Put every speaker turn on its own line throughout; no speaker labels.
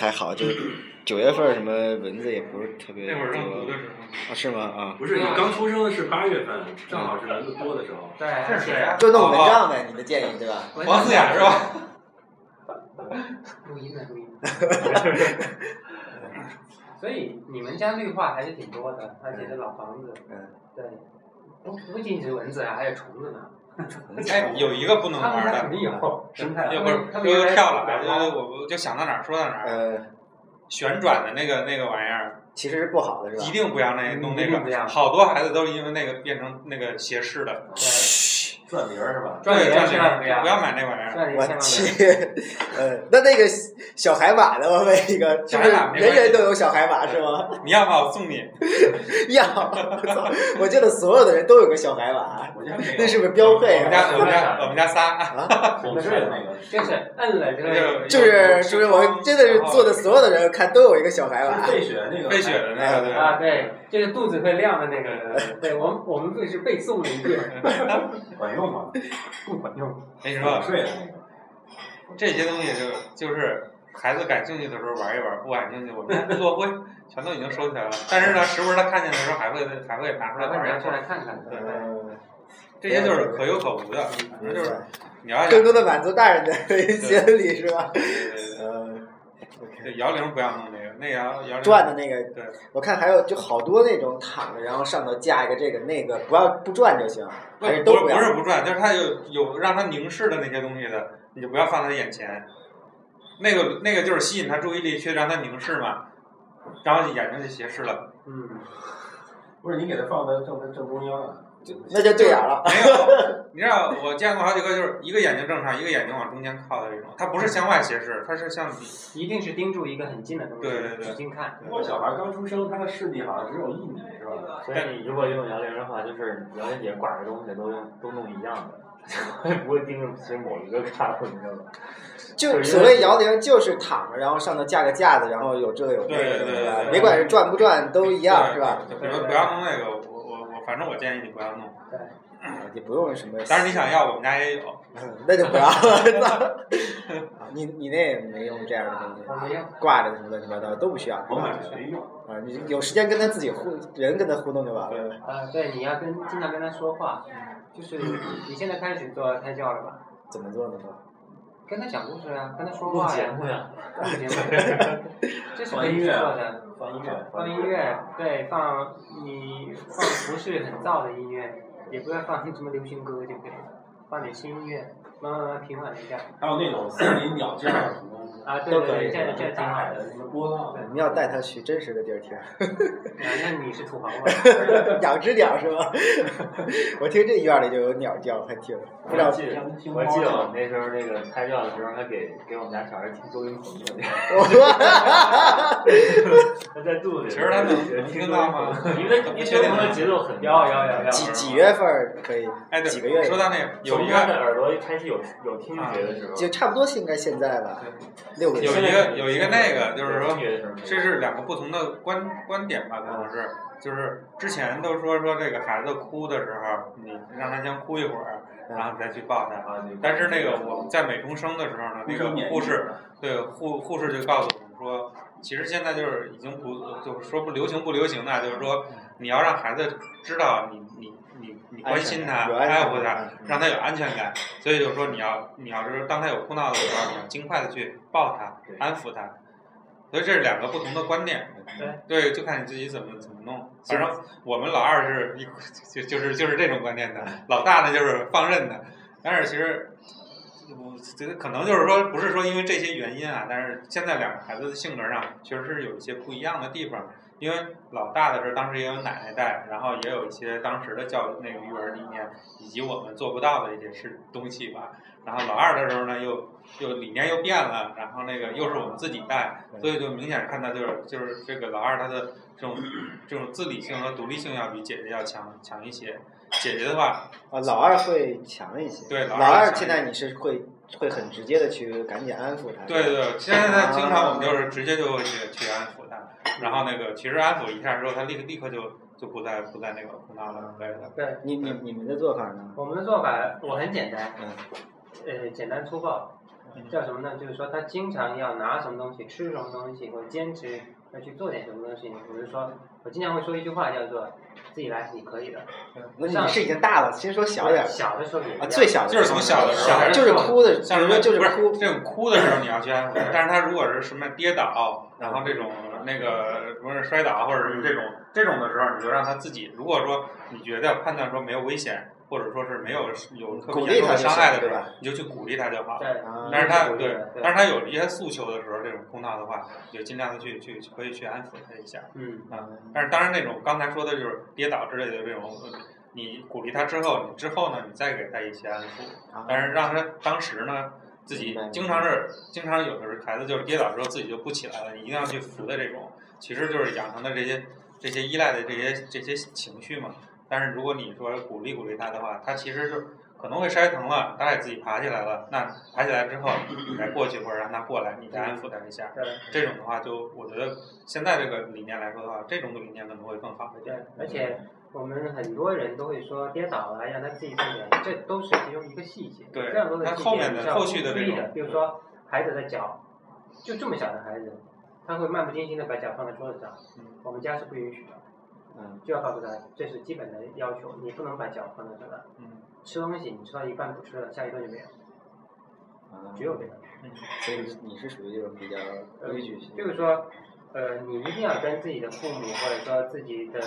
还好，就是九月份儿什么蚊子也不是特别
那会儿让读
多
的。时候，
啊，是吗？啊，
不是你刚出生的是八月份，正好是蚊子多的时候。
对，
这是谁啊
就弄蚊帐呗，你的建议对吧？
王思雅是吧？
录音呢，录音。 所以你们家绿化还是挺多的，而且是老房子。
嗯。
对，不不仅是蚊子啊，还有虫子呢。
哎，有一个不能
他
玩
们家
的
肯，定
嗯
有生态。
要
他
不
们他
是又
们
又
原来
跳了，
养
就
猫
我我就想到哪儿说到哪儿，
呃，
旋转的那个那个玩意儿，
其实是不好的是吧
一？定不要那哎弄那
一定不
个，
要
好多孩子都是因为那个变成那个斜视的，
对
转铃儿是吧？
转
对
眼
转
千万
不
不
要
要
不要买那玩意儿，
这里
我
千万不要。
去， 呃，那那个小海马呢？我问一个，
小
就
海
是
马没关系
人人都有小海马是吗？
你要吗？我送你。
要，我操！我觉得所有的人都有个小海马，
我家没有
那是不是标配
我们
啊？
家我们家我们家仨，
我们这儿有那个。
就是摁了这个，
有
就是就是我真的是坐的所有的人看都有一个小海
啊
是
马，
费雪那个。
费雪的那个，对
啊，对，就是肚子会亮的那个，对我们我们这是背诵了一遍，
管用吗？
不管 用。
没什
晚
么。
睡的那个。
这些东西就就是孩子感兴趣的时候玩一玩，不感兴趣我们家落灰，全都已经收起来了。但是呢，时不时他看见的时候还会还会拿出来
然后
玩
拿
一
出
玩。
来看看，
嗯，
这些就是可有可无的，就是你要
呃更多的满足大人的心理是吧？
这
嗯，OK。
摇铃不要弄那个，那摇摇铃
转的那个，
对
我看还有就好多那种躺着，然后上头架一个这个那个，不要不转就行，
不
还是
不
都
是
要
不。是不转，就是他有有让他凝视的那些东西的，你就不要放在眼前。那个那个就是吸引他注意力，去让他凝视嘛，然后眼睛就斜视了。
嗯，
不是你给它放在正正中央啊。
那就对眼了。
没 有，你知道我见过好几个，就是一个眼睛正常，一个眼睛往中间靠的这种，它不是向外斜视，它是向里。
一定是盯住一个很近的东西，
对对对
使劲看。
不过小孩刚出生，他的视力好像只有一米是吧？
所以你如果用摇铃的话，就是摇铃底下挂的东西都用都弄一样的， 不会盯着其实某一个看你知道吗？
就所谓摇铃，就是躺着，然后上头架个架子，然后有这个有那
对
个，
对对
是吧
对？
别管是转不转都一样，是吧？
对？就比如不要弄那个，我我我，反正我建议你不要弄。
啊也不用什么。
但是你想要，我们家也有。
嗯， 那就 不要了。你你那也没用这样的东西
我，没有，
挂着的什么乱七八糟都不需要，是
我
吧
买谁用？
啊，你有时间跟他自己互人跟他互动就完了。
啊，对，你要跟经常跟他说话， 就是你现在开始做胎教了吧？
怎么做呢？
跟他讲故事啊，跟他说
录
话
节
呀，
目呀，
录节 目，这是可以做的。
放音乐。
啊
放音。乐，对，放你放不是很燥的音乐，也不要放什么流行歌就可以了，放点新音乐，慢慢慢慢平缓一下。
还有那种森林鸟叫什么。
啊，对
都
对
可以
对，这样这样挺好的。
什么波浪
你要带他去真实的地儿听。
哎那你是土豪吗？
养只鸟是吗？ 我听这院里就有鸟叫，还挺不知 道。
记得
让他听
我记得我那时候那个胎教的时候，还给给我们家小孩听周云鹏的，他在肚子里。
其实他能能
听
听到吗？
因为因为周云鹏的
啊
节奏很高，摇摇摇。
几几月份儿可以？
哎，对，
几个月
说到那个，有
从
一个
他的耳朵开始有有听觉的时候，
就差不多是应该现在吧，六个
有
月。
一个有一个那个就是说
有听觉的时候
这是两个不同的观观点吧，可能是，就是之前都说说这个孩子哭的时候，你让他先哭一会儿，
嗯
然后你再去抱他。
啊，你
但是那个我们在美中生的时候呢，那个护士对护护士就告诉我们说，其实现在就是已经不就是说不流行不流行的，就是说你要让孩子知道你你你你关心他，
有
爱
爱啊
护他，啊让
他。
他有安全感。所以就是说，你要你要是当他有哭闹的时候，你要尽快的去抱他
对，
安抚他。所以这是两个不同的观念，嗯对，就看你自己怎么怎么弄。反正我们老二是一 就就是就是这种观念的，老大呢就是放任的。但是其实我觉得可能就是说，不是说因为这些原因啊，但是现在两个孩子的性格上确实是有一些不一样的地方。因为老大的时候，当时也有奶奶带，然后也有一些当时的教那个育儿理念，以及我们做不到的一些事东西吧。然后老二的时候呢，又又理念又变了，然后那个又是我们自己带，所以就明显看到就是就是这个老二他的这种这种自理性和独立性要比姐姐要强强一些。姐姐的话，
啊，老二会强一些。
对老
老
二
二
强
现在你是会会很直接的去赶紧安抚他。
对对，现在他经常我们就是直接就会去去安抚他，然后那个其实安抚一下之后，他立立刻就就不再不再那个哭闹了之类的。
对，
你你你们的做法呢？
我们的做法我很简单
嗯，
呃，简单粗暴，叫什么呢？就是说他经常要拿什么东西、吃什么东西，或者坚持要去做点什么东西。比如说，我经常会说一句话叫做“自己来，你可以的
那你是已经大了，先说”。小点儿
小的时候也一
啊，
样
最小的
就是从小的时候
小
开始
就是哭的，
像
比
什
如
么
说就
不
是哭，
这种哭的时候你要去安抚，但是他如果是什么跌倒，然后这种那个不是摔倒或者是这种
嗯
这种的时候，你就让他自己。如果说你觉得判断说没有危险，或者说是没有有特
鼓
别严
励
重
他
的
就
伤害
行
的时
对
候
吧，
你就去鼓励他就好。
对，
啊
但是他
对
对，
对
但是他有一些诉求的时候，这种空档的话，你就尽量的去去去可以去安抚他一下。
嗯，
啊，但是当然那种刚才说的就是跌倒之类的这种，呃你鼓励他之后，你之后呢，你再给他一些安抚，
啊
但是让他当时呢自己
明白
经常是经常有的时候孩子就是跌倒之后自己就不起来了，你一定要去扶的这种，其实就是养成的这些这些依赖的这些这些情绪嘛。但是如果你说鼓励鼓励他的话，他其实就可能会摔疼了，他也自己爬起来了。那爬起来之后，你再过去或者让他过来，你再安抚他一下。
对。
这种的话，就我觉得现在这个理念来说的话，这种的理念可能会更好一
对
点。，
而且我们很多人都会说跌倒了让他自己站起来，这都是其中一个细节。
对
非常多的细节
那后面的
你是要
后续的这
注意
种
比如说孩子的脚，就这么小的孩子，他会漫不经心的把脚放在桌子上，
嗯
我们家是不允许的，
嗯
就要告诉他这是基本的要求，你不能把脚放在这儿。
嗯
吃东西你吃到一半不吃了，下一顿就没有，
啊
只有这个。
嗯，
所以你是属于这种比较
呃
规矩型，
就是说，呃，你一定要跟自己的父母或者说自己的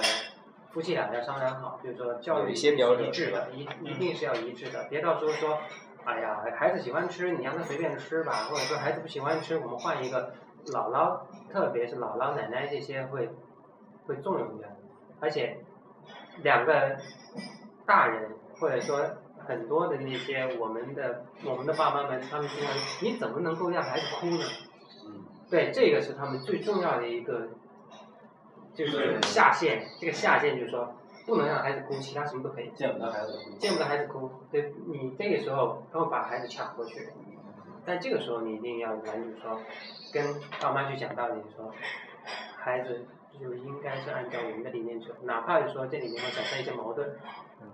夫妻俩要商量好，就是说教
有
育
一些标准嗯
一致的，一一定是要一致的，别到时候说，哎呀，孩子喜欢吃，你让他随便吃吧，或者说孩子不喜欢吃，我们换一个姥姥，特别是姥姥奶奶这些会会纵容的，而且两个大人或者说。很多的那些我们的我们的爸妈们，他们说你怎么能够让孩子哭呢？对，这个是他们最重要的一个，就是下限。这个下限就是说，不能让孩子哭，其他什么都可以。
见不到孩子，
见不得孩子哭，对你这个时候他会把孩子抢过去，但这个时候你一定要拦住说，跟爸妈去讲道理说，孩子就应该是按照我们的理念去，哪怕是说这里面会产生一些矛盾，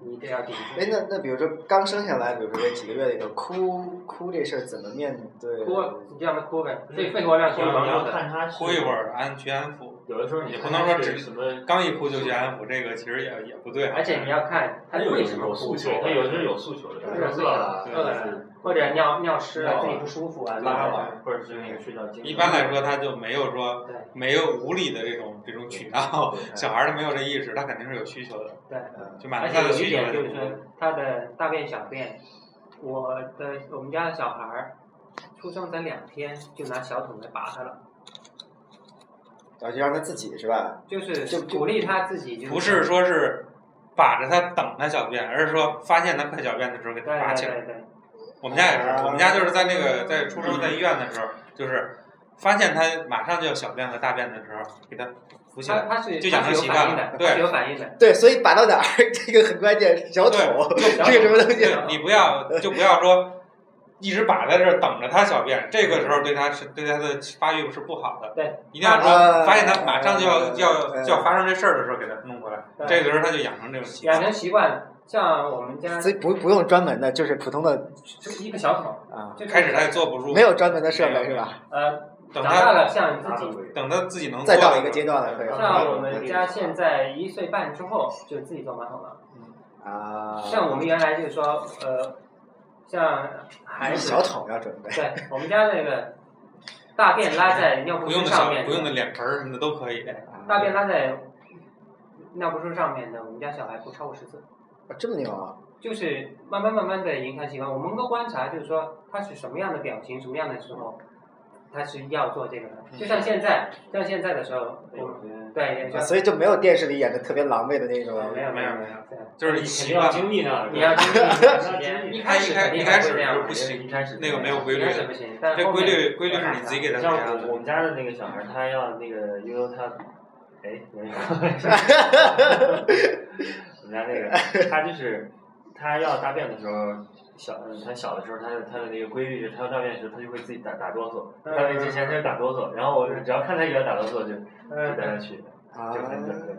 你都要顶
哎，
住。
那那比如说刚生下来，比如说这几个月那种哭哭这事儿怎么面对？
哭，啊你就让他哭呗，最肺活量是有
你要
帮
你要
助的。
看他是
嗯哭一会，儿安去安抚，
有的时候你
也不
看
能
他
说
是
只
什么，
刚一哭就去安抚，这个其实也也不对啊。
而且你要看他为什么哭，
他有的时候有诉求的，
对
比如说饿了，
对
饿了，或者尿尿湿了，自己不舒服啊，
拉
对
了，或者是那个睡觉精神
一般来说，他就没有说
对
没有无理的这种这种取闹，
对
小孩儿他没有这意识，他肯定是有需求的，
对，
呃
就
而
满足
且
他的
有一
需求
点
的
就
这
是
种。
说他的大便小便，我的我们家的小孩儿出生才两天就拿小桶来拔他了，
然后就让他自己是吧？
就是
就
鼓励他自己就是
不是说是把着他等他小便，而是说发现他快小便的时候给
对
他拔
对
起来。
对对，啊
我们家也是，我们家就是在那个在出生在医院的时候，就是发现他马上就要小便和大便的时候，给他扶起
他
来，
他是
就
他
养成
是有
习
反
惯
应
了
的，
对
他是有反应的，
对，所以拔到哪儿 这个很关键，小
对
桶
小
这个什么东西
对你不要就不要说一直把在这儿等着他小便，这个时候对他是对他的发育是不好的。
对，
一定要
啊
说发现他马上就要
嗯
就要
嗯
就要发生这事儿的时候给他弄过来，这
对
个时候他就养成这种习
养
惯。
成习惯，像我们家
所以不不用专门的，就是普通的
就一个小桶，
啊，
就
开始他也坐不住，
没有专门的设备是吧？
呃
等
长大
他
了像你自己
等他自己能
再
坐
到
的
一个
时
阶段了，可以
啊
啊
对
了
像我们家现在一岁半之后就自己坐马桶了。
啊。
像我们原来就是说，呃，像孩子，
小桶要准备，
对我们家那个大便拉在尿
候
不
不
湿
用的
上
小
面，
不用的脸盆儿什么的都可以。
大
啊
便拉在尿不湿上面的，我们家小孩不超过十次，
啊这么牛啊！
就是慢慢慢慢的影响习惯。我们能够观察，就是说他是什么样的表情，什么样的时候，他是要做这个的。就像现在，像现在的时候，
哎
我们对，
啊
也
所以就没有电视里演的特别狼狈的那种。
没有
没有
没
没有
对
就是
你肯
习
定要
惯，
经历呢，
你要经历
你要
时间，一
经
开始肯定还会这样
不行
历，一开始
那个没有规
一
律
开始
的
不，行，但
这
后
规
面
律规律是你自己给他
像
培养
我我
的。
们家的那个小孩，他要那个，因为他，哎，没有我们家那个，他就是他要大便的时候，小他小的时候，他的他的那个规律是，他要大便的时候，他就会自己打打哆嗦，大便之前他就打哆嗦，然后我就只要看他给他打哆嗦，就就
嗯
带他去，
啊
就很准备。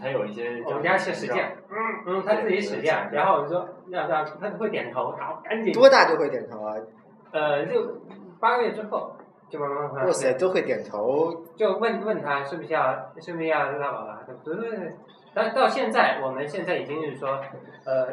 他有一些
我们家是使劲，嗯嗯，
嗯
他自己使劲，然后我就说要让他会点头，然后赶紧
多大就会点头啊？
呃六八个月之后就慢慢
嗯
慢
哇
慢
塞，都会点头，
就问问他是不是要是不是要拉粑粑，对不对？对对对但到现在，我们现在已经是说，呃，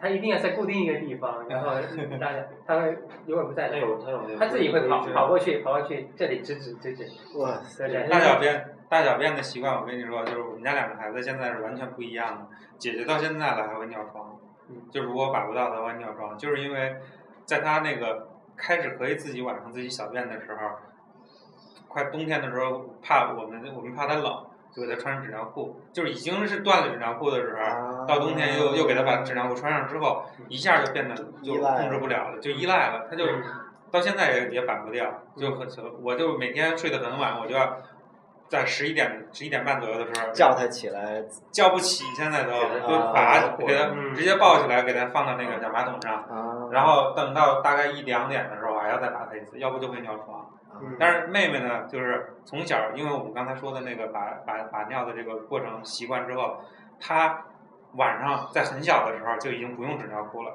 他一定要在固定一个地方， 然后大家他会如果不在
他
那，
有他有那个
他自己会跑
规矩
跑过去跑过去这里指指指指，
哇塞，
对不对？
大小便大小便的习惯，我跟你说，就是我们家两个孩子现在是完全不一样的。姐姐到现在了还会尿床，
嗯
就如果把不到的话尿床，就是因为在她那个开始可以自己晚上自己小便的时候，快冬天的时候怕我们我们怕她冷，就给她穿上纸尿裤，就是已经是断了纸尿裤的时候，
啊
到冬天又又给他把纸尿裤穿上之后，一下就变得就控制不了了，就依赖了，
嗯
他就到现在也也反不掉，就很我就每天睡得很晚，我就要在十一点十一点半左右的时候
叫他起来
叫不起，现在都
给
他
就把
啊
他给他
嗯
直接抱起来，给他放到
嗯
那个小马桶上，
啊，
然后等到大概一两点的时候，我还要再打他一次，要不就会尿床。
嗯
但是妹妹呢，就是从小，因为我们刚才说的那个把把把尿的这个过程习惯之后，她晚上在很小的时候就已经不用纸尿裤了，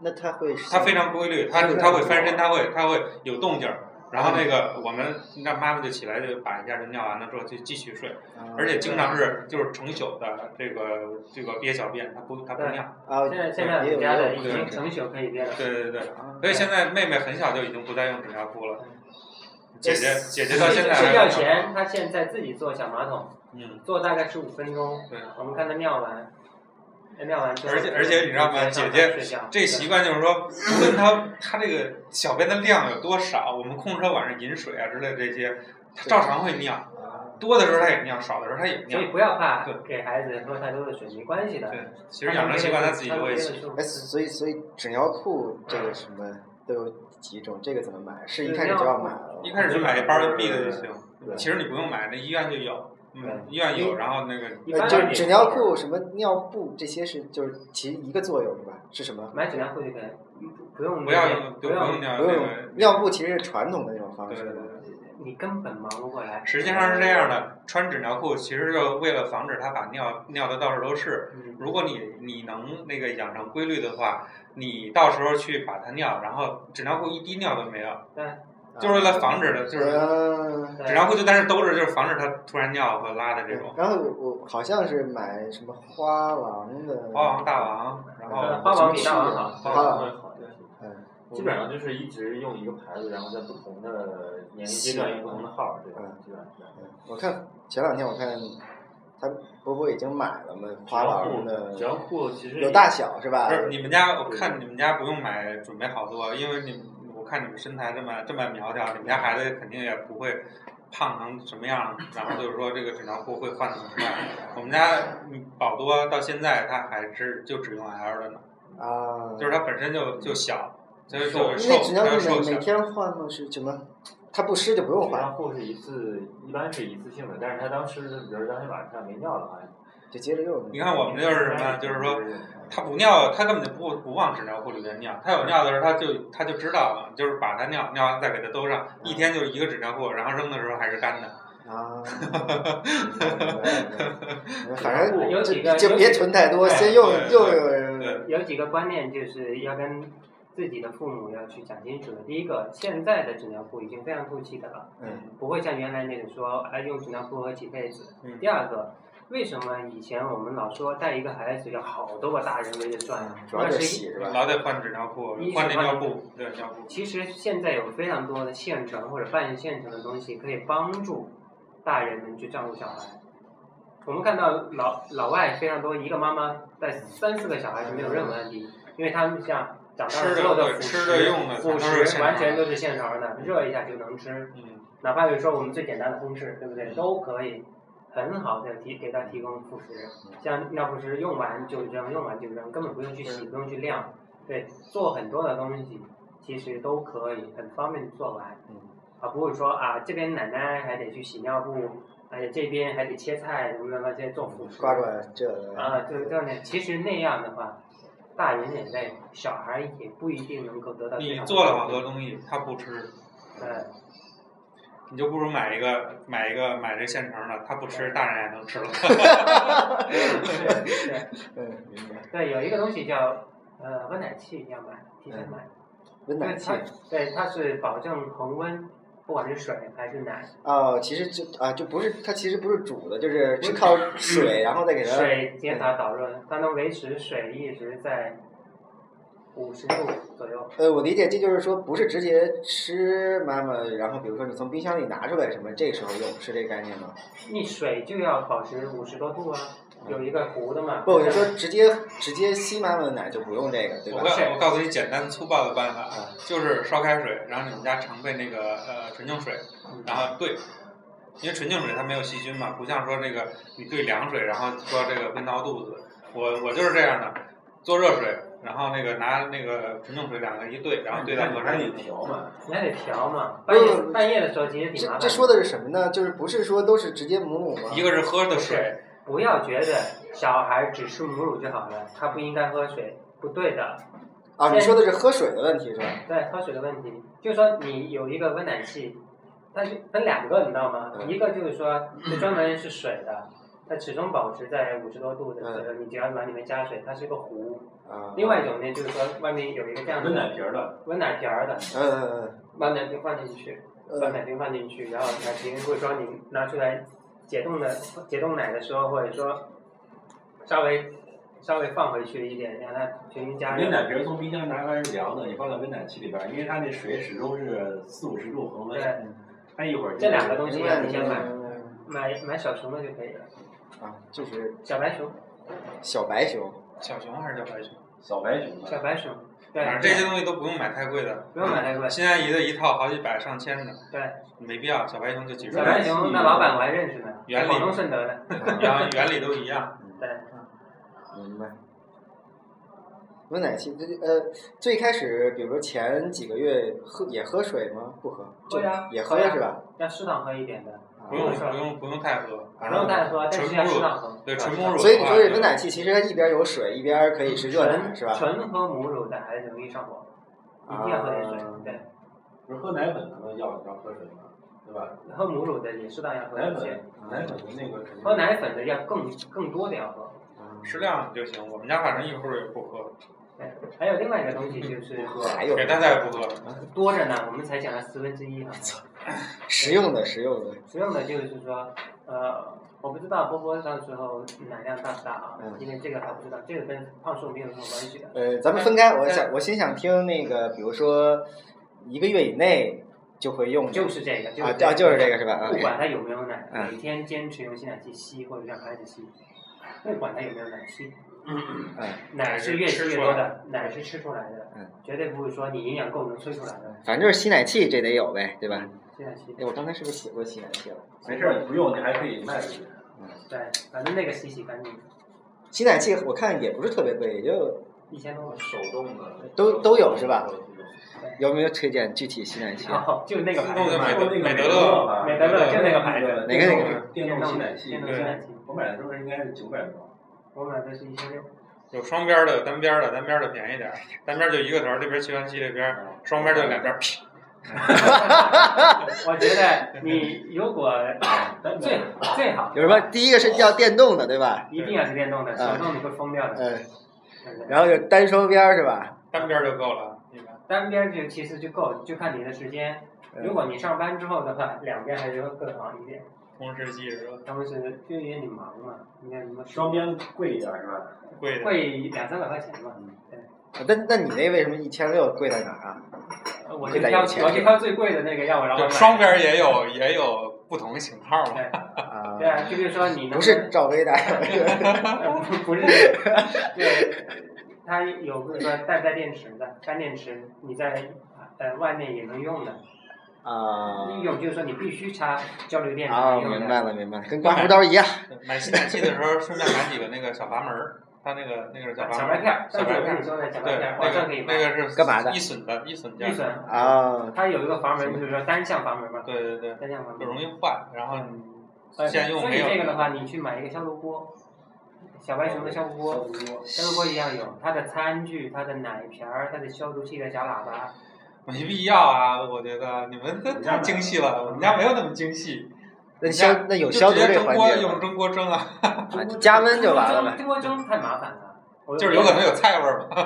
那他会啊
她非常规律，她
是
她会翻身，她会她会有动静儿。然后那个我们让妈妈就起来就把一下就尿完了之后就继续睡，
嗯
啊
而且经常是就是成宿的这个这个憋小便，她不她不尿。
啊，
现在现在我
也有
们家的
也
已
有
经成宿可以变了，
对对对，
啊
所以现在妹妹很小就已经不再用纸尿裤了，姐姐姐姐到现在还
睡觉
用
前他现在自己坐小马桶，
嗯，
坐大概十五分钟，
对。
我们看他尿完，尿完之后，
而且而且你知道吗姐
直接上
姐
床睡觉
这习惯就是说，无论他他这个小便的量有多少，我们控制他晚上饮水啊之类的这些，他照常会尿，
啊
多的时候他也尿，少的时候他也
所
尿
以。不要怕
对
给孩子喝太多的水，没关系的。
对，其实养成习惯他自己就会习。
哎，所以所以纸尿裤这个什么都有几种，这个怎么买？是一
纸
开始
尿
就要
裤
买了吗，
一开始就买一包 NB 的就行，
对
其实你不用买，那医院就有，嗯，医院有，然后那个
一
呃
般
就
就是是
纸尿裤、什么尿布这些是就是起一个作用是吧？是什么？
买纸尿裤就可以，不用
不要
那些
用，
不
就不用
用，
尿
不
那
用
个。
尿布其实是传统的那种方
对
式
嗯对
嘛。
对，
你根本忙不过来。
实际上是这样的，穿纸尿裤其实就为了防止他把尿尿的到处都是，
嗯，
如果你你能那个养成规律的话，你到时候去把它尿，然后纸尿裤一滴尿都没有，就是为了防止的，就是
嗯。
纸尿裤就在那兜着，就是防止它突然尿和拉的这种。
然后我我好像是买什么花王的，
花王、大王，然
呃
后
花王比大王好，
花王
会好一点。
嗯，
基本上就是一直用一个牌子，然后在不同的年龄阶段用不同的号儿，对吧？基本上是这样。
嗯我看前两天我看他伯伯已经买了嘛，花王的
只要裤其实
有大小是吧
不？是你们家，我看你们家不用买，准备好多，因为你们我看你们身材这么这么苗条，你们家孩子肯定也不会胖成什么样，然后就是说这个纸尿裤会换的很快。 我们家嗯宝多到现在他还是就只用 L 的呢。
啊，
就是它本身就就小，所以就
瘦
因
是
为
瘦，
纸尿
它
裤每
就瘦
每
小。
天换吗？是什么？它不湿就不用
纸
嗯
换，
尿裤是一次，一般是一次性的，但是他当时比如当天晚上没尿的话，
就接着用。
你看我们就是什么，就是说它不尿，它根本就不不往纸尿裤里边尿，它有尿的时候，它就它就知道了，就是把它尿尿完再给它兜上，一天就一个纸尿裤，然后扔的时候还是干的。
啊，反正
有几个
就就别囤太多，
哎
先用
对
用
对
用。
对
有几个观念就是要跟自己的父母要去讲清楚的。第一个，现在的纸尿裤已经非常透气的了。
嗯，
不会像原来那种说，哎，用纸尿裤和起被子。
嗯
第二个，为什么以前我们老说带一个孩子有好多个大人围着转？
主
嗯
要就是洗是吧？
老得换纸尿裤
一，是
换那
换
尿布，对尿布。
其实现在有非常多的现成或者半现成的东西，可以帮助大人们去照顾小孩。我们看到老老外非常多，一个妈妈带三四个小孩是没有任何问题，因为他们像长大了
吃
之后
的对
的辅
嗯吃的
食，
用的，
辅
它都是现
食完全
成的
都是现成的，热一下就能吃。
嗯，
哪怕比如说我们最简单的公式，对不对？都可以很好的提给他提供辅食，像尿不湿用完就扔，用完就扔，根本不用去洗，不用去晾。对，做很多的东西其实都可以很方便地做完，
嗯
啊，不会说啊这边奶奶还得去洗尿布，而且这边还得切菜什么什么这些做辅食。
刮刮这个
啊，对对对，其实那样的话，大人也累，小孩也不一定能够得到最
你
好的
做了好 多东西，他不吃，
嗯。
你就不如买一个买一个买这现成的，他不吃，大人也能吃了。
对对
嗯，明白。
对，有一个东西叫呃温奶器要买，提前买。
温
对
暖气
它。，对它是保证恒温，不管是水还是奶，
哦，其实就啊，就不是它，其实不是煮的，就是是靠水，然后再给它
嗯水接塔导热，它能维持水一直在五十度左右。
呃，我理解这就是说，不是直接吃妈妈，然后比如说你从冰箱里拿出来什么，这时候用是这概念吗？
你水就要保持五十多度啊，有一个壶的嘛。
不，我就说直接直接吸妈妈的奶就不用这个，对
我
吧？
告
是
我告诉你简单粗暴的办法
啊，
就是烧开水，然后你们家常备那个呃纯净水，
嗯
然后兑，因为纯净水它没有细菌嘛，不像说那个你兑凉水，然后说这个会闹肚子。我我就是这样的，做热水，然后那个拿那个纯净水两个一兑，然后兑到
嗯你
合
还
适
得调嘛，
你还得调嘛，半夜
不
半夜的时候其实挺
这
麻烦。
这说的是什么呢？就是不是说都是直接母乳吗？
一个是喝的水，
不要觉得小孩只吃母乳就好了，他不应该喝水，不对的。
啊，你说的是喝水的问题是吧？
对，喝水的问题，就是说你有一个温奶器，它是分两个，你知道吗？
嗯
一个就是说是专门是水的，它始终保持在五十多度
嗯
的左右，你只要往里面加水，它是个壶。
啊，
另外一种呢，就是说外面有一个这样的
温奶瓶儿的，
温奶瓶儿的，
呃
把奶瓶放进去，
嗯
把
呃
奶瓶放进去，然后奶瓶或者说你拿出来解冻的解冻奶的时候，或者说稍微稍微放回去一点，让它重新加热。
温奶瓶儿从冰箱拿出来是凉的，你放到温奶器里边儿，因为它那水始终是四五十度恒温，
对，
它一会儿就
这两个东西
明
要
白
你
明白
先买。
明白
买买小熊的就可以了，
啊，就是
小白熊，
小白 熊，
小熊还是叫白熊，
小白熊
小
的，
白熊，对，
反正这些东西都不用买太贵的，
不用买太贵，
新阿姨的一套好几百上千的，
对，
没必要，小白熊就几十
小
块，
白熊那老板我还认识呢，
原理
广东顺德的，
然后原理都一样。
对，
明白。温奶器，这呃，最开始，比如说前几个月喝也喝水吗？不喝，就
会啊
也喝
会啊
是吧？啊
要适当喝一点的，
不用不用不用太喝，
不用太喝，但是要适当喝，
对纯母乳
所以你说这温奶器其实它一边有水，一边可以是热奶，
纯
是吧？
纯喝母乳的孩子容易上火，一定要喝点
啊
水，对，
不是喝奶粉他们要要喝水吗？对吧？
喝母乳的也适当要喝
奶
一些
粉，奶粉的那个肯定
喝奶粉的要更更多的要喝，
适量就行。我们家反正一会儿也不喝，
对，还有另外一个东西就是
不喝，
还有
给大家也不喝。
多着呢，我们才讲了四分之一哈。
实用的，实用的，
实用的就是说，呃，我不知道波波到时候奶量大不大啊，
嗯
因为这个还不知道，这个跟胖瘦没有什么关系的。
呃，咱们分
哎
开，我想我先想听那个，比如说一个月以内就会用的，
就是这个，就是
啊
这
啊，
个
就是这个是吧？啊
不管他有没有奶，
嗯
每天坚持用吸奶器吸或者让孩子吸，不管他有没有奶吸，
嗯，
奶是越吸越多的，奶是吃出来的，
嗯
绝对不是说你营养够能吹出来的
反正就是吸奶器，这得有呗，对吧？
吸奶器。
哎，我刚才是不是写过吸奶器了？
没事儿，你不用你还可以卖出去。
对，反正那个洗洗干净，
吸奶器我看也不是特别贵，也就
一千多吧。
手动的
都都有是吧？有没有推荐具体吸奶器？啊
然后 就那个牌
自动
子
的
嘛
买，
那个
美德乐
吧
美德乐就那个牌子
哪个哪
个
电动吸奶器
电，动吸奶器，
我买的时候应该是九百多。
我买的是一千六。
有双边的，有单边的，单边的便宜点儿，单边就一个头儿，这边吸完气，这边
嗯
双边就两边，啪，
我觉得你如果最最好
有什么？第一个是要电动的，对吧？
一定要是电动的，手动你会疯掉的。
嗯，
对不对
然后就单双边儿是吧？
单边就够了。一般
单边就其实就够，就看你的时间。
嗯
如果你上班之后的话，两边还是会更好一点。
同时吸是吧？
他们是就因为你忙嘛，你看什么
双边贵一点是吧？
贵的。
会两三百块钱嘛。
嗯那那你那为什么一千六贵在哪儿啊？
我
会
就
在啊
挑
有钱
我就挑最贵的那个要我让我
对，
买。
双边也有也有不同型号嘛。
对
啊，
对啊，就比如说你能呃
不是赵薇的，
不 是，对，它有个说带不带电池的，干电池你在呃外面也能用的，
啊
一种就是说你必须插交流电才
啊，
能用
明
的，
白了明白了，跟刮胡刀一样。
买吸奶器的时候，顺便买几个那个小阀门儿，它那个那个是小阀
啊小
门
白
儿。
片
小白片
儿，上次我跟
儿
你说的小白
对，
片儿，
那
网上可以
个
买，
那个是
干嘛的
一损的，一损件
预
儿。
算，
啊，
它有一个阀门，就是说单向阀门嘛，
对对对，
单向阀
就
门，
容易坏。然后
呃
你先用
所
没
以
有。
这个的话，你去买一个消毒锅，小白熊的消毒锅，消毒锅一样有，它的餐具、它的奶瓶儿、它的消毒器的小喇叭，
没必要啊，我觉得你们这太精细了，我们家没有那么精细。
那消那有
就
消毒
直接
这
蒸
环
锅
节
用
吗
蒸锅蒸啊，
啊，加温就完了呗。
中国中太麻烦了，我
就是有可能有菜味儿嘛。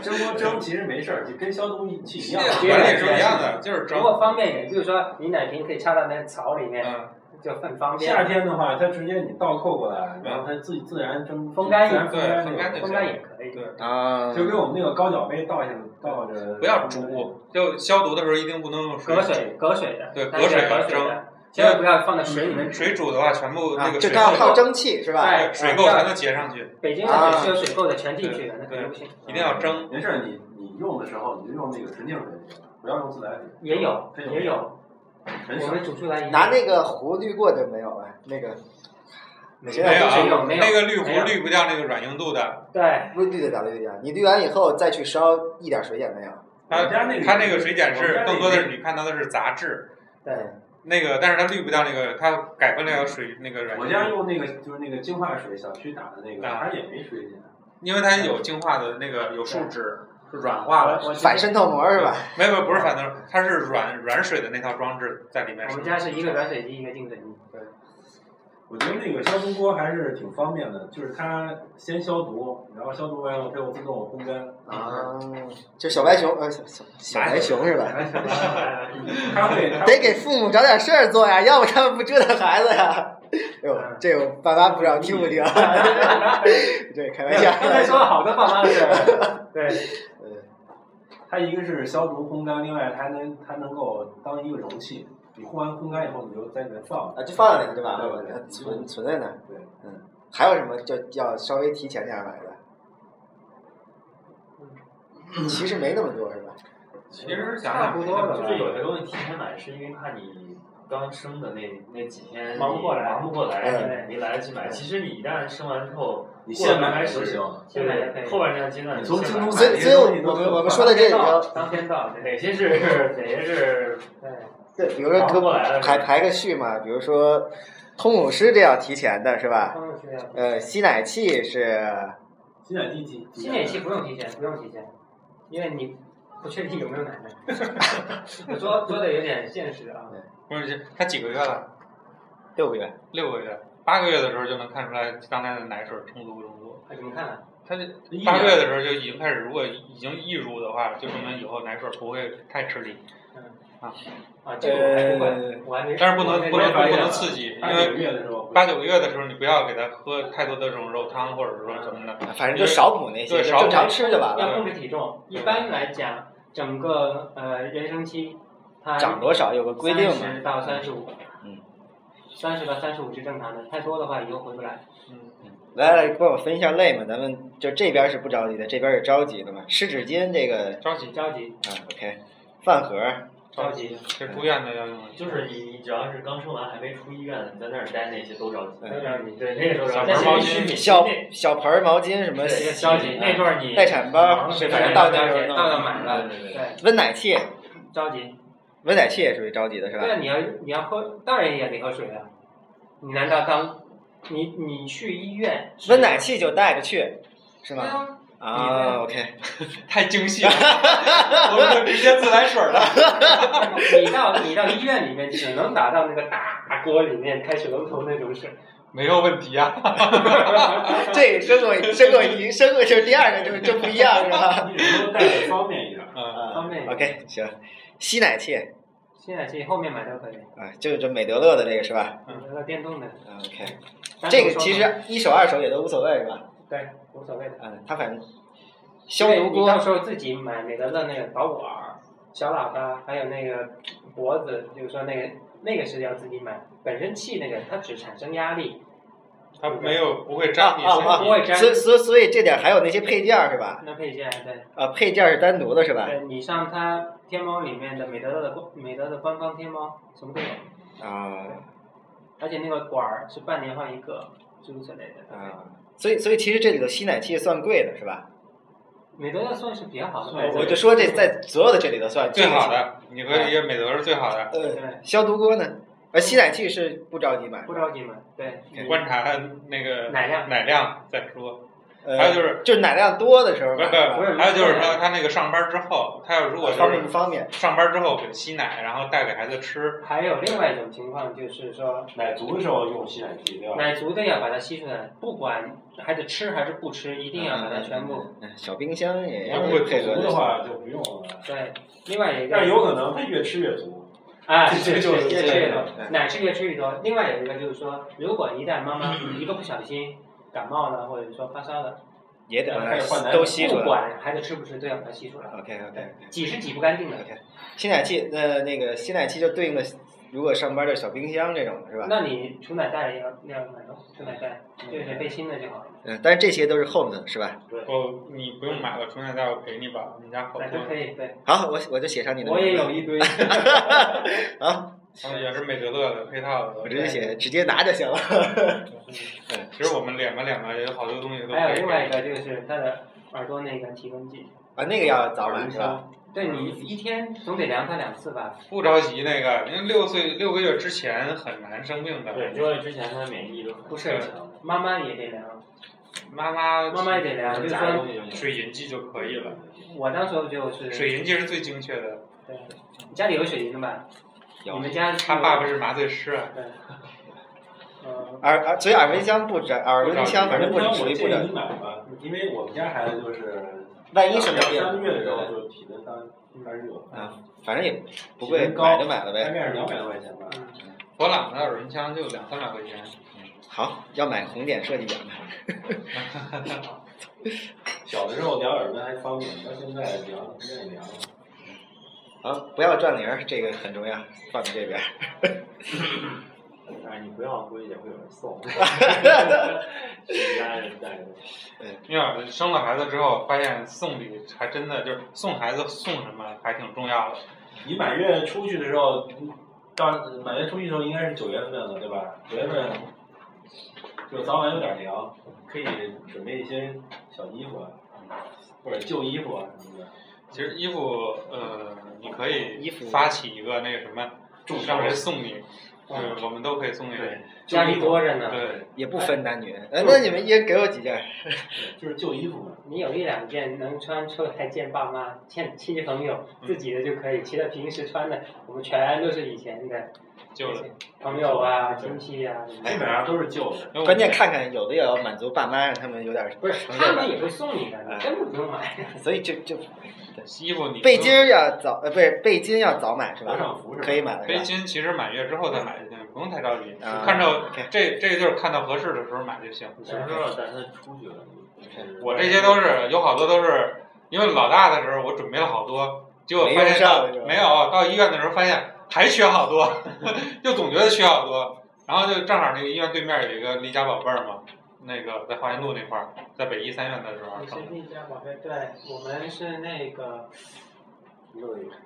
蒸锅蒸其实没事儿，就跟消毒器一样。
对
原理是一样的，就是
如
整。
果方便一点，比如说你奶瓶可以插到那槽里面，
嗯，
就很方便。
夏天的话，它直接你倒扣过来，然后它自己自然蒸
风干
自然
对
风
风干
就
就
风干也可以。
对，
啊，
就跟我们那个高脚杯倒下倒着。
不要煮，就消毒的时候一定不能用
隔
水
水
煮。
隔水的，
对
但是
隔水
隔
的
水
蒸嗯
的，千万不要放在水里面煮。
水煮的话，全部那
啊
个
就
水
刚靠
垢，
蒸汽是吧？
哎
对，水垢
啊
全都结上去，
北京
啊
的水是有水垢的，全进去的，那肯定不行。
一定要蒸。
没事儿，你你用的时候你就用那个纯净水就行了，不要用自来水，
也有
这
也有，
很
我
少。
们煮出来一
拿那个壶滤过的没有啊？那个
没
谁有
没有没有
啊那个滤
没
壶
有
滤不掉那个软硬度的，
对
不滤的咋滤呀？你滤完以后再去烧，一点水也没有。
它
我家那个
它那个水碱
我
是
家那个
更多的是你看到的是杂质，
对，
嗯
那个但是它滤不掉那个，它改不了水那个软
我
硬
家
度，
用那个就是那个净化水，小区打的那个，
啊
它也没水碱。
因为它有净化的那个有树脂是软化的，
我
反渗透膜是吧？
没有没有不是反正它是软软水的那套装置在里面
我
是
们。家是一个软水机，一个净水机。对，
我觉得那个消毒锅还是挺方便的，就是它先消毒，然后消毒完以后它又自动烘干。
啊，就小白熊，呃，小小小白熊是吧？
它会它
得给父母找点事儿做呀，要不他们不折腾孩子呀。哎呦，这个爸妈不知道听不听？ 这开玩笑。
嗯
嗯
刚才说了好多爸妈的事儿。对，
它一个是消毒烘干，另外它还能它能够当一个容器，你烘完烘干以后你就在里面放。
啊，就放在那就完了，
对
存存在那儿。
对，
嗯，还有什么就要稍微提前点儿买的？其实没那么多是吧？
其实想
差
想
不多了吧
就是有些东西提前买，是因为怕你刚生的那那几天
忙不过来
你忙不过来，
嗯
你没来得及买。其实你一旦生完之后，
你
过
现
了
买
开
就
始
行，
现在也可
对
以。
后半段阶段
你从
先
京
买
东
所以，所以
买这些东西
我
都
们
很
我们说的这里头，
当天到，对
哪些是哪些是
对，比如说
忙不
跟
过来了，
排排个序嘛，比如说通乳师这要提前的是吧？
当然是这样。
呃，吸奶器是
吸奶机机。
吸奶器不用提前，不用提前，因为你不确定有没有奶奶。 我说说的有点现实啊。
不是它几个月了？
六个月，
六个月、八个月的时候就能看出来当天的奶水充足不充足。
哎，怎么看啊？
它这
一
八
年
个月的时候就已经开始，如果已经溢乳的话，就说明以后奶水不会太吃力，
啊，这个我还不
呃
会，我还没。
但是不
我
能
还没
不能
发
不
现
能刺激，因
八九
为
个月的时候，
八九个月的时候你不要给它喝太多的这种肉汤或者说什么的，
反正就少补那些，
对
就
少补
正常吃就完了。
要控制体重。一般来讲，整个呃人生期，它
长多少有个规定嘛
三十？到三十五，
嗯，
三十到三十五是正常的，太多的话以后回不来。
嗯，
来来，帮我分一下类嘛，咱们就这边是不着急的，这边是着急的嘛。湿纸巾这个
着急
着急，
啊，OK，饭盒儿
着急，
这住院的要用的，
就是你你只要是刚生完还没出医院，你在那儿待那些都着急。
嗯
都着急。
对，那个时候
小
着急
盆儿毛
那是必
巾
须
小
那
小盆儿毛巾什么
对
洗
消极那段儿你
待产包，
是
反正到
到
那时候
到到
弄。
买了，
对对对
对，
温奶器，
着急。
温奶器也属于着急的是吧
对？啊，你要你要喝，当然也得喝水啊。你难道当你你去医院是
温奶？器就带着去，是
对
吗？
啊，
啊，OK，
太精细 了，我们就直接自来水了。
你到你到医院里面只能打到那个大锅里面开水龙头那种水，
没有问题啊，
这生过生过一生过就是第二个就就不一样是吧？
你只能带着 方便一点。
嗯，
啊
方便一点
OK，行，吸奶器
现在去后面买都可以，
啊，就是这美德乐的这个是吧
嗯
那个电动的。
啊？OK，
单手
这个
双
其
手
实一手二手也都无所谓是吧？
对无所谓的。
嗯，它反正消
因为
毒
你到
锅
时候自己买美德乐那个导管儿、小喇叭，还有那个脖子，就是说那个那个是要自己买。本身气那个它只产生压力，
它没有不会扎你
啊啊
不会
身
粘
所以所以所以这点还有那些配件儿是吧？
那配件对。
啊，配件儿是单独的是吧？
对你上它天猫里面的美德乐的官美德的官方天猫什么都有，
啊
而且那个管儿是半年换一个，诸如此类的。
啊，所以所以其实这里头吸奶器算贵的是吧？
美德乐算是比较好的牌
对
子，
我就说这在所有的这里头算
体，最好
这个
的，你和一个美德是最好的，
是。呃，
对，
消毒锅呢？呃，吸奶器是不着急买，
嗯
不着急买，对，
你观察那个
奶量
奶量再说。
呃
还有就是
就是奶量多的时候
不
买
是
是
不
吧，
是，还有就是说他那个上班之后，他要如果就
方便不
是
方便？
上班之后给吸奶，然后带给孩子吃，
还有另外一种情况就是说，
奶足的时候用吸奶器，对吧？
奶足的要把它吸出来，不管孩子吃还是不吃，一定要把它全部。
嗯小冰箱也
要
要
不
配合
足的
着。
话就不用了。
对，另外一个
但有可能它越吃越足。
啊，
这
是
就是是
越
这
吃越
样
多，奶是越吃越多。另外有一个就是说，如果一旦妈 妈嗯一个不小心感冒了，或者说发烧了，
也得把
开始换
它
奶
都吸出
不
来。
管孩子吃不吃，都要把它吸出来，
OK OK，
挤是挤不干净的。
吸奶器呃那个吸奶器就对应的，如果上班就是小冰箱这种的是吧？
那你储奶袋也要那样买咯，储奶袋就是背心的就好了，
嗯，但是这些都是后面的是吧？
我你不用买了，从小带我陪你吧，我们家好
奶
多
就，可以。对，
好，我我就写上你的
我也
名字。
有一堆。
啊，
啊也是美德乐的配套的
我。直接写直接拿就行了。
其实我们敛吧敛吧，有好多东西都可以。
还有另外一个就是他的耳朵那个体温计，
啊，那个要早买是吧？
对你一
嗯
天总得量它两次吧？
不着急，那个，因为六岁六个月之前很难生病的。
对，因为之前他的免疫力都很
不是
强，
妈妈也得量，
妈妈
妈妈也得量，就是
砸
说
东西就行。
水银剂就可以了，
我那时候就是
水银剂是最精确的。
对，你家里有水银的吧？
有
你们家
他爸爸是麻醉师啊，
对，嗯，
耳耳，所以耳温箱不着，耳温箱反正不
我
属于不
建议
着
你。买吧，因为我们家孩子就是
万一生了病
两三个月的时候
了，
就体温三三十九，
啊，反正也不
体
贵，
温高
买就买了
大
呗。
概是两百多块钱吧。
博朗的耳轮枪就两三百块钱。
好，要买红点设计奖的。
小的时候量耳温还方便，到现在量现在量了。
好，不要转铃儿，这个很重要，放在这边。
哎，你不要，估计也会有人 送。家人带着。
因为生了孩子之后，发现送礼还真的就是送孩子送什么还挺重要的。
你满月出去的时候，到满月出去的时候应该是九月份了，对吧？九月份就早晚有点凉，可以准备一些小衣服啊，或者旧衣服啊什么的。
其实衣服，呃，你可以
衣服
发起一个那个什么，让人送你，对，我们都可以送给你。
对
家里多着呢，
对，
也不分男女。呃，那你们一人给我几件儿？
就是旧衣服嘛。
你有一两件能穿出来见爸妈、见亲戚朋友，
嗯
自己的就可以，其他平时穿的我们全都是以前的
就是。哎
朋友啊、
对
亲戚啊，
基本上都是旧的。
因为我
关键看看有的也要满足爸妈，让他们有点儿
不是
成
他
就
们
感。
也会送你的，你
哎
根本不用买。
所以就就
衣服你
背巾儿要早，呃，不是背巾要早买是
合
吧？
上服是吧？
可以买的
背
是吧？
巾其实满月之后再买就行，不用太着急。
啊
看着
OK
这这就是看到合适的时候买就行。
你什么时候打算出去了？就是
我这些都是有好多都是因为老大的时候我准备了好多，结果
没
发
用
现
上
到
是吧
没有到医院的时候发现还缺好多， 就总觉得缺好多。然后就正好那个医院对面有一个丽家宝贝儿嘛，那个在华严路那块儿，在北医三院的时候
你是
成的，
那家宝贝，对我们是那个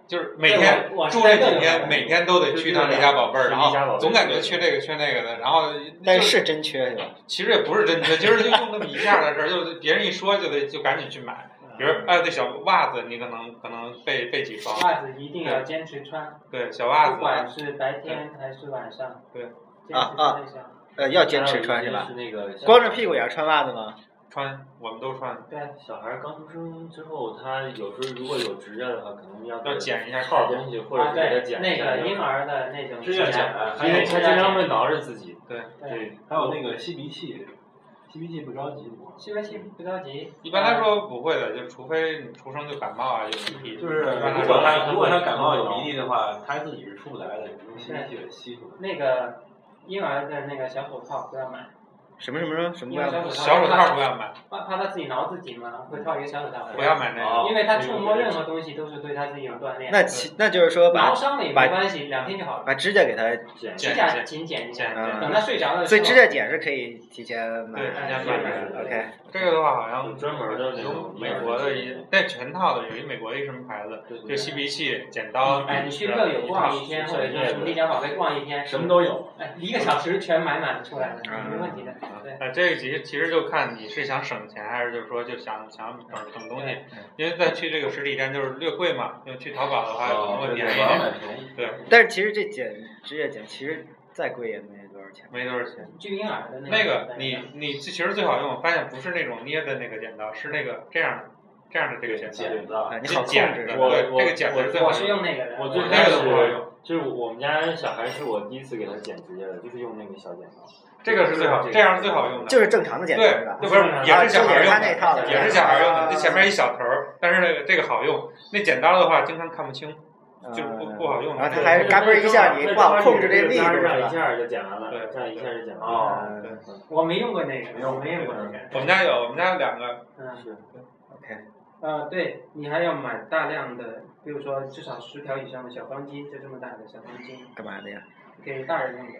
就是每天
哦
对我我是
住这
在那
几
个
天，每天都得去趟丽家宝贝儿，
对
然
丽家宝贝
后
儿
总感觉缺这个缺那个的，然后
但
就是
是真缺是吧？
其实也不是真缺，其实就用那么一下的事儿，就是别人一说就得就赶紧去买。比如哎，对小袜子，你可能可能备备几双，
袜子一定要坚持穿，
对小袜
不管
子，啊
是白天还是晚上。
对，
坚持穿一下。
呃，要坚持穿是
还
吧？
有一个就是那个
光着屁股也要穿袜子吗？
穿我们都穿，
对，
小孩刚出生之后，他有时候如果有指甲的话，可能要
要剪一下
套
套儿。
东西，或者
啊
是给
对
他，剪
那
一
个
下。
婴儿的那种
指甲剪
夹，
啊，还
因为
有
他经常会挠着自己。
对
对，
对，
还有那个吸鼻器，吸鼻器不着急磨，
吸不吸不着急。
一般来说不会的，就除非你出生就感冒啊，有鼻涕。
就是
一般来
如
说
果他如果他感冒有鼻涕的话，他自己是出不来的，用吸鼻器给吸出来。
那个婴儿的那个小手套不要买，
什么什么什么什么
因为
袜子？
小手套
小手套不要买，
怕怕他自己挠自己嘛，会套一个小手套。
不要买那个。
哦
因为他
嗯
触摸任何东西都是对他自己有锻炼。
那其那就是说
挠
把
伤了也没关系，两天就好了。
把指甲给它，
剪
指甲仅剪一下，
剪
嗯
等他睡着了。
所以指甲剪是可以提前买
对，
的。
人家
哎
买
是
买
的。
OK，
这个的话好像
有专门的那
有
种
美国的一，带全套的有一美国的一什么牌子，就吸鼻器、剪刀。
哎，你去乐友逛一天，或者说什么丽江宝贝逛一天，
什么都有，
哎，一个小时全买满出来了，
嗯
没问题的。对，
啊，这个其实其实就看你是想省钱，还是就是说就想想省省东西
嗯，
因为再去这个实体店就是略贵
啊
嘛，因为去淘宝的话可能会
哦对
便宜
对，
一
网上
点。
买便宜。
对，
但是其实这剪指甲剪其实再贵也没多少钱。
没多少钱。
巨婴儿的那
那
个
个你你其实最好用，我发现不是那种捏的那个剪刀，是那个这样的这样的这个剪刀，
剪子，
啊，你
这
好控
剪
制
子，
我
啊。
对，
我
这个剪子是最好
我是用那个的，
我
最
最
那
开
个
始
都不好用，
就是我们家小孩是我第一次给他剪指甲的，就是用那个小剪刀。
这个是最好，这样是最好用的。
就是正常的剪刀是
对，
吧？
不是也是小孩
啊就是
用
他那套
的，
的
也是小孩用的。
啊
这前面一小头儿，但是那个这个好用。那剪刀的话，经常看不清。
嗯
就是不不好用
然后它还是嘎嘣一下，你不好控制这力度是
这样一
吧？
下就剪完了，
对
这样一下就剪完了。
哦，
嗯
我没用过那个，我没用过那
嗯我
个。
们家有，我们家有两个，
嗯，
是，
，OK，
呃，对你还要买大量的，比如说至少十条以上的小钢筋，就这么大的小钢筋，
干嘛的呀？
给大人用的，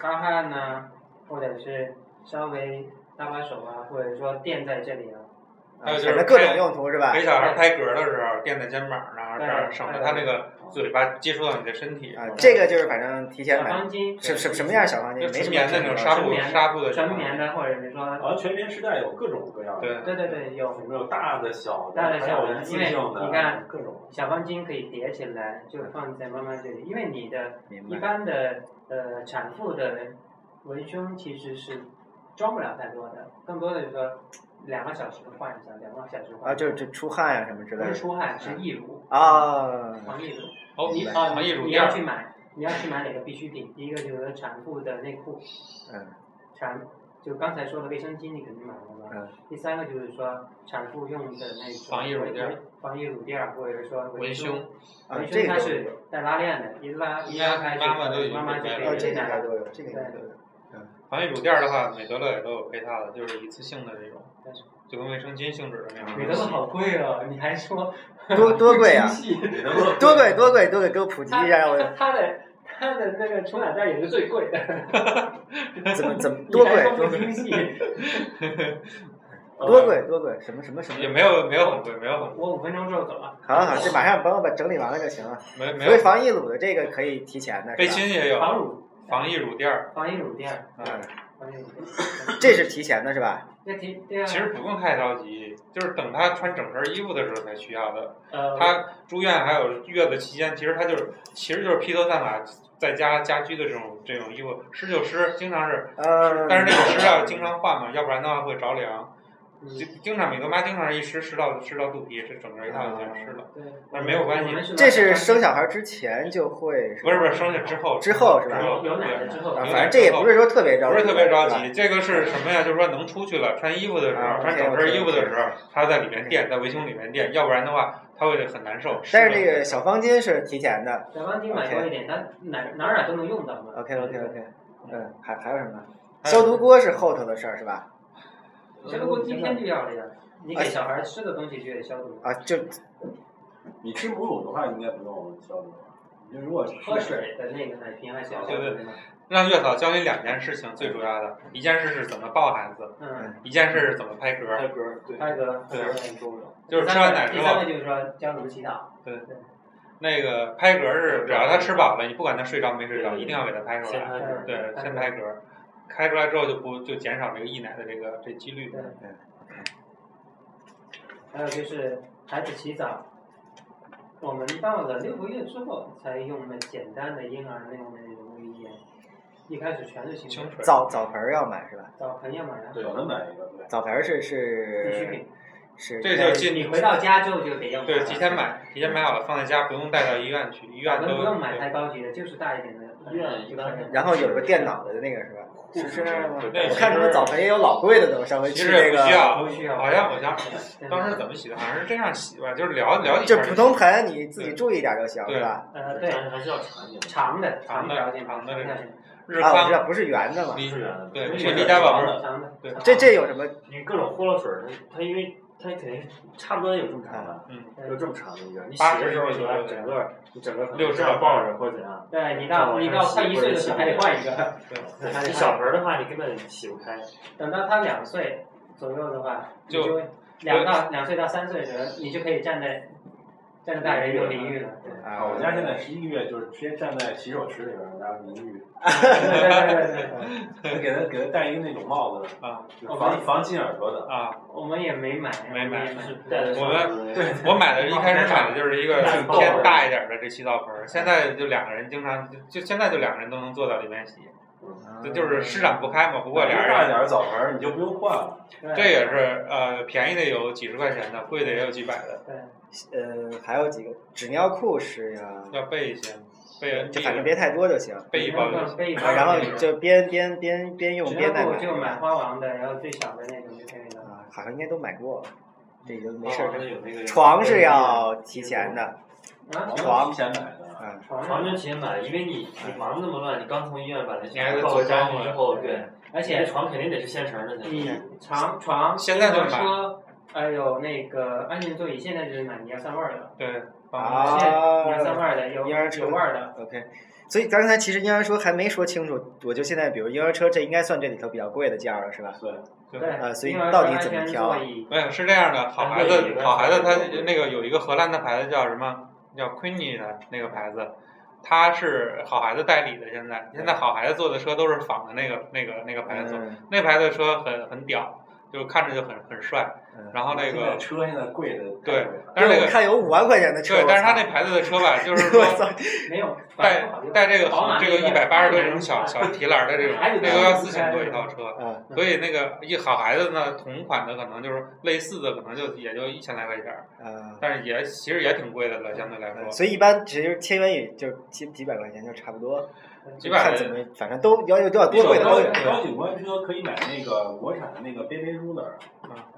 高汗呐、或者是稍微搭把手啊，或者说垫在这里啊，
啊
还有就是
反正各种用途是吧
给？小孩拍嗝的时候垫在肩膀上，这
对
样省得他那个嘴巴接触到你的身体。
啊，这个就是反正提前
小
买，
钢筋，
哎什什什么样的小房
就
间？没什
纯
么
棉的那种纱
纯
布，
棉的
纱布的
纯棉的，或者是说，
好像全棉时代有各种各样的，
对
对对对，有
有没有大的、小的，
大的
还
小
有
的
一次性的，
因为你看
各种。
小钢筋可以叠起来，就放在妈妈这里，因为你的
明
一
白。
般的呃产妇的文胸其实是装不了太多的，更多的就是说两个小时换一下，两个小时换
啊，
一下
就就嗯出汗呀什么之
不
类
是
的。
出汗，是溢乳，
啊，
防溢乳。
哦，
你
啊，
啊，
防
你
溢乳
你
垫
要
儿
去买，你要去买哪个必需品？第一个就是产妇的内裤，
嗯
产就刚才说的卫生巾，你肯定买了吧？
嗯。
第三个就是说产妇用的那种
防溢乳垫儿，
防溢乳垫儿或者是说
文胸，
啊
文，胸
这个
它
都
是
有，
带拉链的，一拉一拉开就
妈妈都已经
妈妈就
准备
可
了
啊，
以
这个
进
应
来
该
了。
都有，这个应该都有。
防溢乳垫儿的话，美德乐也都有配套的，就是一次性的这种
对，
就跟卫生巾性质的那种。
你的 好贵哦，你还说
嗯 多 多贵啊！
你能不能
多贵多贵多贵，给我普及一下，让我
它的它的那个除螨带也是最贵的，
怎么怎么
你
多
还
贵
说
多
不
贵
精细。
多贵多贵，什么什么什么
也，没有没有很贵，没有很贵，
我五分钟之后走了，
好好，这马上帮我把整理完了就行了。
没没
所以
有。
防溢乳的这个可以提前的，
背
是吧？
心也有
防乳
防溢乳垫儿，
防溢乳垫儿，
嗯，
防溢乳垫儿。
这是提前的是吧？
那提对啊，
其实不用太着急，就是等他穿整身衣服的时候才需要的。
呃，
他住院还有月子期间，其实他就是其实就是披头散发在家家居的这种这种衣服，湿就湿，经常是，
呃，
但是这个湿要经常换嘛，要不然的话会着凉。
嗯
经经常美多妈经常一湿湿到湿到肚皮，这整个一套就湿
啊
了。
对，
但呃是没有关系
我们
这是生小孩之前就会，
不是不是，生下之后
之后是吧
之后
有奶了之后，
啊，
有
反正这也不是说特别着急，
不是特别着
是吧。
急，这个是什么呀？就是说能出去了，穿衣服的时
啊
候，穿整身衣服的时候，他在里面垫，在围胸里面垫，要不然的话他会很难受。
但是这个小方巾是提前的
小钢筋买多一点，它哪哪儿哪儿都能用到嘛。
，OK OK OK，嗯，还还有什么？
还有
消毒锅是后头的事儿是吧？
消毒锅今天就要了呀，你给小孩吃的东西就得消 毒。
啊，就
你吃母乳的话，应该不用消毒。你如果
喝，水的那个奶瓶还是要消毒的嘛。
让月嫂教你两件事情，最主要的一件事是怎么抱孩子，
嗯，
一件事是怎么拍嗝，
拍嗝，对，
拍嗝
对
拍嗝很重要。
就是吃完奶之
第三
后，
个就是说教怎么洗澡，
那个拍嗝是只要他吃饱了，你不管他睡着没睡着，
对
一定要给他拍出
先
来，
拍
嗯
嗝。
嗯对，先拍嗝，开出来之后就不就减少这个溢奶的这个这几率。
还有就是孩子洗澡。我们到了六个月之后才用的简单的婴儿那种的沐浴液，一开始全是清
清
水，
水
澡澡盆儿要买是吧？
澡盆要买的，
小的买一个，对。
澡盆儿是
必需品
是。是，
这就进
你回到家之后就得用它
对，
了。
提前买，提前买好了放在家，不用带到医院去，医
我
院
们
啊都
不用买太高级的，就是大一点的。
医院嗯一般
然后有个电脑的那个是吧？是是那样吗？
对
我看他们澡盆也有老贵的的，我上回
其
去
实
那
也不需
个，
要，
不需要
啊好像好像
对
当时怎么洗的，好像是这样洗吧，就是聊聊几
就
下
普通盆，你自己注意点就行，
对
是吧？
呃，对，
还是要长一点。
长的
长的
条件，
长的
条
这个
件，
日
啊，我知
康，
道，不是圆的嘛。
你
是啊圆的，
对，
不
去
是
李家宝不
长
是，
长的，
对
长的
这这有什么？
你各种喝了水儿，它它因为它肯定是差不多有这么长吧，
嗯，
有这么长的一个。你洗
八十
的时候，你
左右
把
的
整个你整个可能
六十
这样抱着或者 怎样。
对你到你到快一岁的时候还得换一个，
对你小盆儿的话，你根本洗不开。
等到他两岁左右的话，你
就
两到两岁到三岁的时候，你就可以站在站大人有淋浴了，对
啊，
我家现在十一个月就是直接站在洗手池里边儿，然后淋浴，
对对对对，
给他给他戴一个那种帽子，
啊
就是防防进耳朵的。
啊！
我们也没买，
没买
就是带着
我们
对
我买的一开始买的就是一个
嗯
偏大一点的这洗澡盆儿，现在就两个人经常就就现在就两个人都能坐到里面洗，
啊嗯
这就是施展不开嘛。不过俩
大
人
一点的澡盆儿你就不用换了，
这也是呃便宜的有几十块钱的，贵的也有几百的，
呃，还有几个纸尿裤是呀，
要备一些，备 N
就
B
反正别太多就行。
备一包就行。
背一包，
啊然后就边边边边用
直接
边再
我
买。
就买花王的，然后最小的那种就可以了。
啊，好像应该都买过，这就没事
儿
哦
儿。
有那个
床是要提前的，
啊，
床
提前买的，啊
嗯，
床
床就
上，
提前买，因为你你忙那么乱，你刚从医院把那
嗯你还得
床抱
做
回家
家务
去之
呢嗯
后，对，
而
而且
且
床肯定得是现成的才行。
你床床
现在就买
车，呃，有那个安全座椅，现在就是买你要散味儿的，
对，
啊
现在你要散味儿的，有
婴儿车
有味儿的，
OK，所以刚才其实婴儿说还没说清楚，我就现在比如婴儿车，这应该算这里头比较贵的价儿了，是吧？
对，
对，
啊所以
婴儿
到
车
底
安
怎么
全
挑啊
座椅
没有是这样的，好孩
安慰
子
你，
好孩子他
安慰你
那个有一个荷兰的牌子叫什么？叫 Queenie 的那个牌子，它是好孩子代理的。现在现在好孩子坐的车都是仿的那个那个那个牌子，
嗯
那牌子的车很很屌，就看着就很很帅。
嗯。
然后那
现在
个
车现在贵的，
对，但
因
是那
为我
个
看有五万块钱的车，
对，但是
我
它
操
那牌子的车吧，就是
我
说
操，
没有，反
带
正不好用
带这个
宝马
这个
那
一百八十多这种小小提篮儿的这种，
孩子
这
都
个要
不
四千
开
多
是
一
吧
套车。
嗯，
所以那个一好孩子呢，同款的可能就是类似的，可能就也就一千来块钱儿。
呃，
但是也其实也挺贵的了，相对来说
嗯，所以一般其实千元也就几几百块钱就差不多，
几百
看怎么，反正都要有多少多贵的
高
都
级
有。
高级摩托车可以买那个国产的那个 BB Ruler，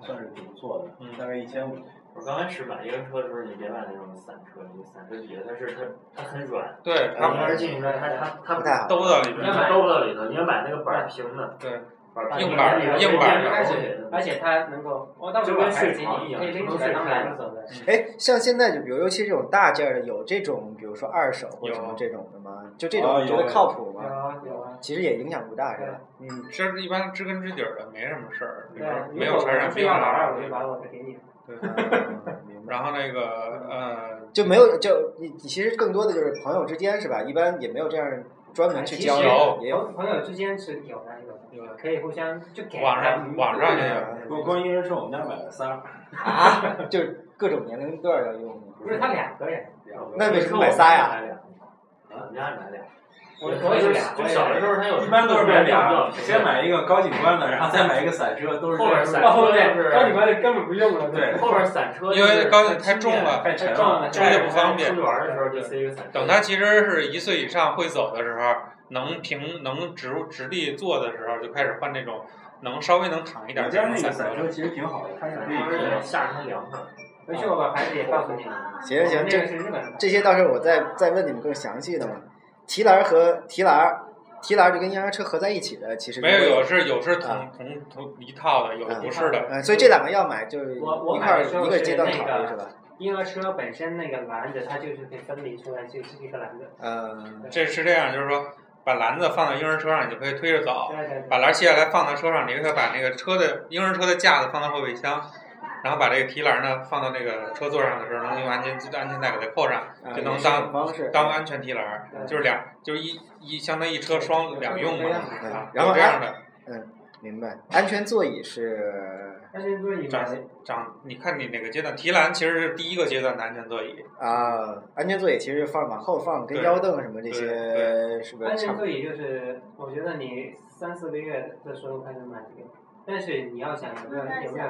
算是挺不错的，
嗯
大概一千五。
我刚开始买婴儿车的时候，你别买那种散车，你散车底下它是它它很软，
对
你
它
要是进去之后，它它它
不太好
兜到里
要
边，
它
买
兜不到里头，你要买那个板儿平的，
对，
板儿
硬
平
板儿
的那个
硬
没
板儿
电
而
而
且
且
而且它能够，我到时
就
候
跟
把牌子
睡
给
床一
你，
样
可以拎
不
起来
能睡
当
太
牌子
满
走的。
哎，像现在就比如尤其这种大件儿的，有这种比如说二手或者什么
有
这种的吗？就这
哦
种
有
你觉得靠谱
有
吗？
啊有啊，
其实也影响不大，是吧？
嗯，这是一般知根知底儿的，没什么事儿，
对
没有，没有
如果
传染
非
病
要老
啊
二，我就把我的给你。
嗯 明白
然后那个呃，
就没有就你你其实更多的就是朋友之间是吧？一般也没有这样专门去
其实
交流，也有
有朋友之间是有的有的，
有
可以互相就给。
网上网上也有，
光光婴儿车我们家买了仨，
啊，就是各种年龄段儿要用。
不是他两个人，
两个
那为什么买仨呀？
我们家买俩，
我我有俩，
就小的时
候
候它有
一般都是买俩，先
先买。
买一个高警官的，然后再买一个散车，都是
后边散
到后面高警官就根本不用了，
对
后边散车
因为高太重
了。
了，
太沉了
撞，
这个不方便
出去玩儿的时候就塞一个伞。
等他其实是一岁以上会走的时候，能平能直直立坐的时候，就开始换那种能稍微能躺一点
我
儿
家
的
那
那
个
种
散
散
车
车。
其实挺好的，它是可以
当
折
时
的。
夏天凉快，
回去我把牌子也告诉你了。
行行
那
这
个是日本的，
这些到时候我再再问你们更详细的嘛。提篮儿和提篮儿，提篮儿就跟婴儿车合在一起的，其实
没有，有
有。
是有是
啊
同同同一套的，有
啊
不是的，
嗯，所以这两个要买，就是一
我我
块儿
买的时候
一个阶段
是那
考虑
个
是吧？
婴儿车本身那个篮子，它就是可以分离出来，就是一个篮子。
嗯，
这是这样，就是说把篮子放到婴儿车上，你就可以推着走。
对啊对
把
对。
篮卸下来放到车上，你可以把那个车的婴儿车的架子放到后备箱，然后把这个提篮呢放到那个车座上的时候，能用安全安全带给它扣上，
啊
就
也
能
是
当
种方式
当安全提篮，
对
就是两就是一一相当于一车双两用嘛，
嗯
啊
然后
有这样的
明白。安全座椅是
但是座椅
长长，你看你哪个阶段提篮其实是第一个阶段的安全座椅，
啊，安全座椅其实放往后放，跟
对
腰凳什么这
对
些是不
安
是差
全
不多？
座椅就是，我觉得你三四个月的时候开始买这个，但是你要想有没有有没有，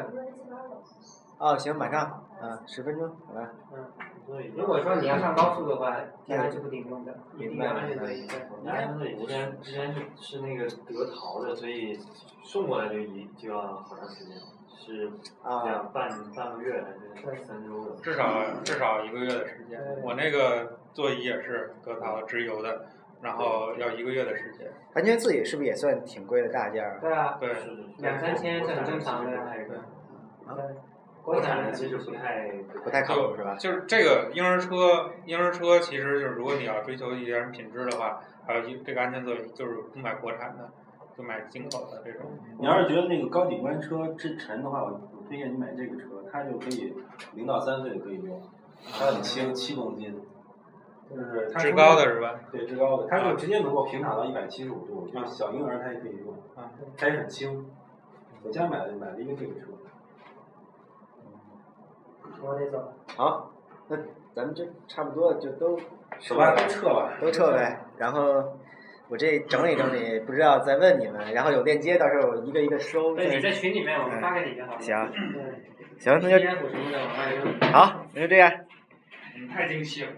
哦，行，马上，嗯，十分钟，好吧。
如果说你要上高速的话，将来是不顶用的，一定要安全座椅。
我们家那之前之前是那个得桃的，所以送过来就一就要好长时间，是
啊，
两半半个月还是三周的。
至少至少一个月的时间。我那个座椅也是德桃直邮的，然后要一个月的时间。
安全座椅是不是也算挺贵的大件儿？
对啊，
对，
两三千是很正常的啊
国
国
产
产
的
的
其实不太
不太靠谱是吧？
就是这个婴儿车，婴儿车其实就是如果你要追求一点品质的话，还有一这个安全座椅，就是不买国产的，就买进口的这种。
你要是觉得那个高警官车之沉的话，我我推荐你买这个车，它就可以零到三岁可以用，它有七七公斤，就是它
至
中
高
间
的是吧？
对，至高的，它
啊
就直接能够平躺到一百七十五度，就
啊
是小婴儿他也可以用，
啊，
它也很轻。我家买的买了一个这个车，
我得走。
好，那咱们就差不多就都
手办都撤了，
都撤呗，然后。我这整理整理，不知道再问你们，然后有链接，到时候我一个一个收。
对，你在群里面，我们发给你就好了。
行
对，
行，那就
烟火什么的往外扔。
好，那就这样。
你太精细了。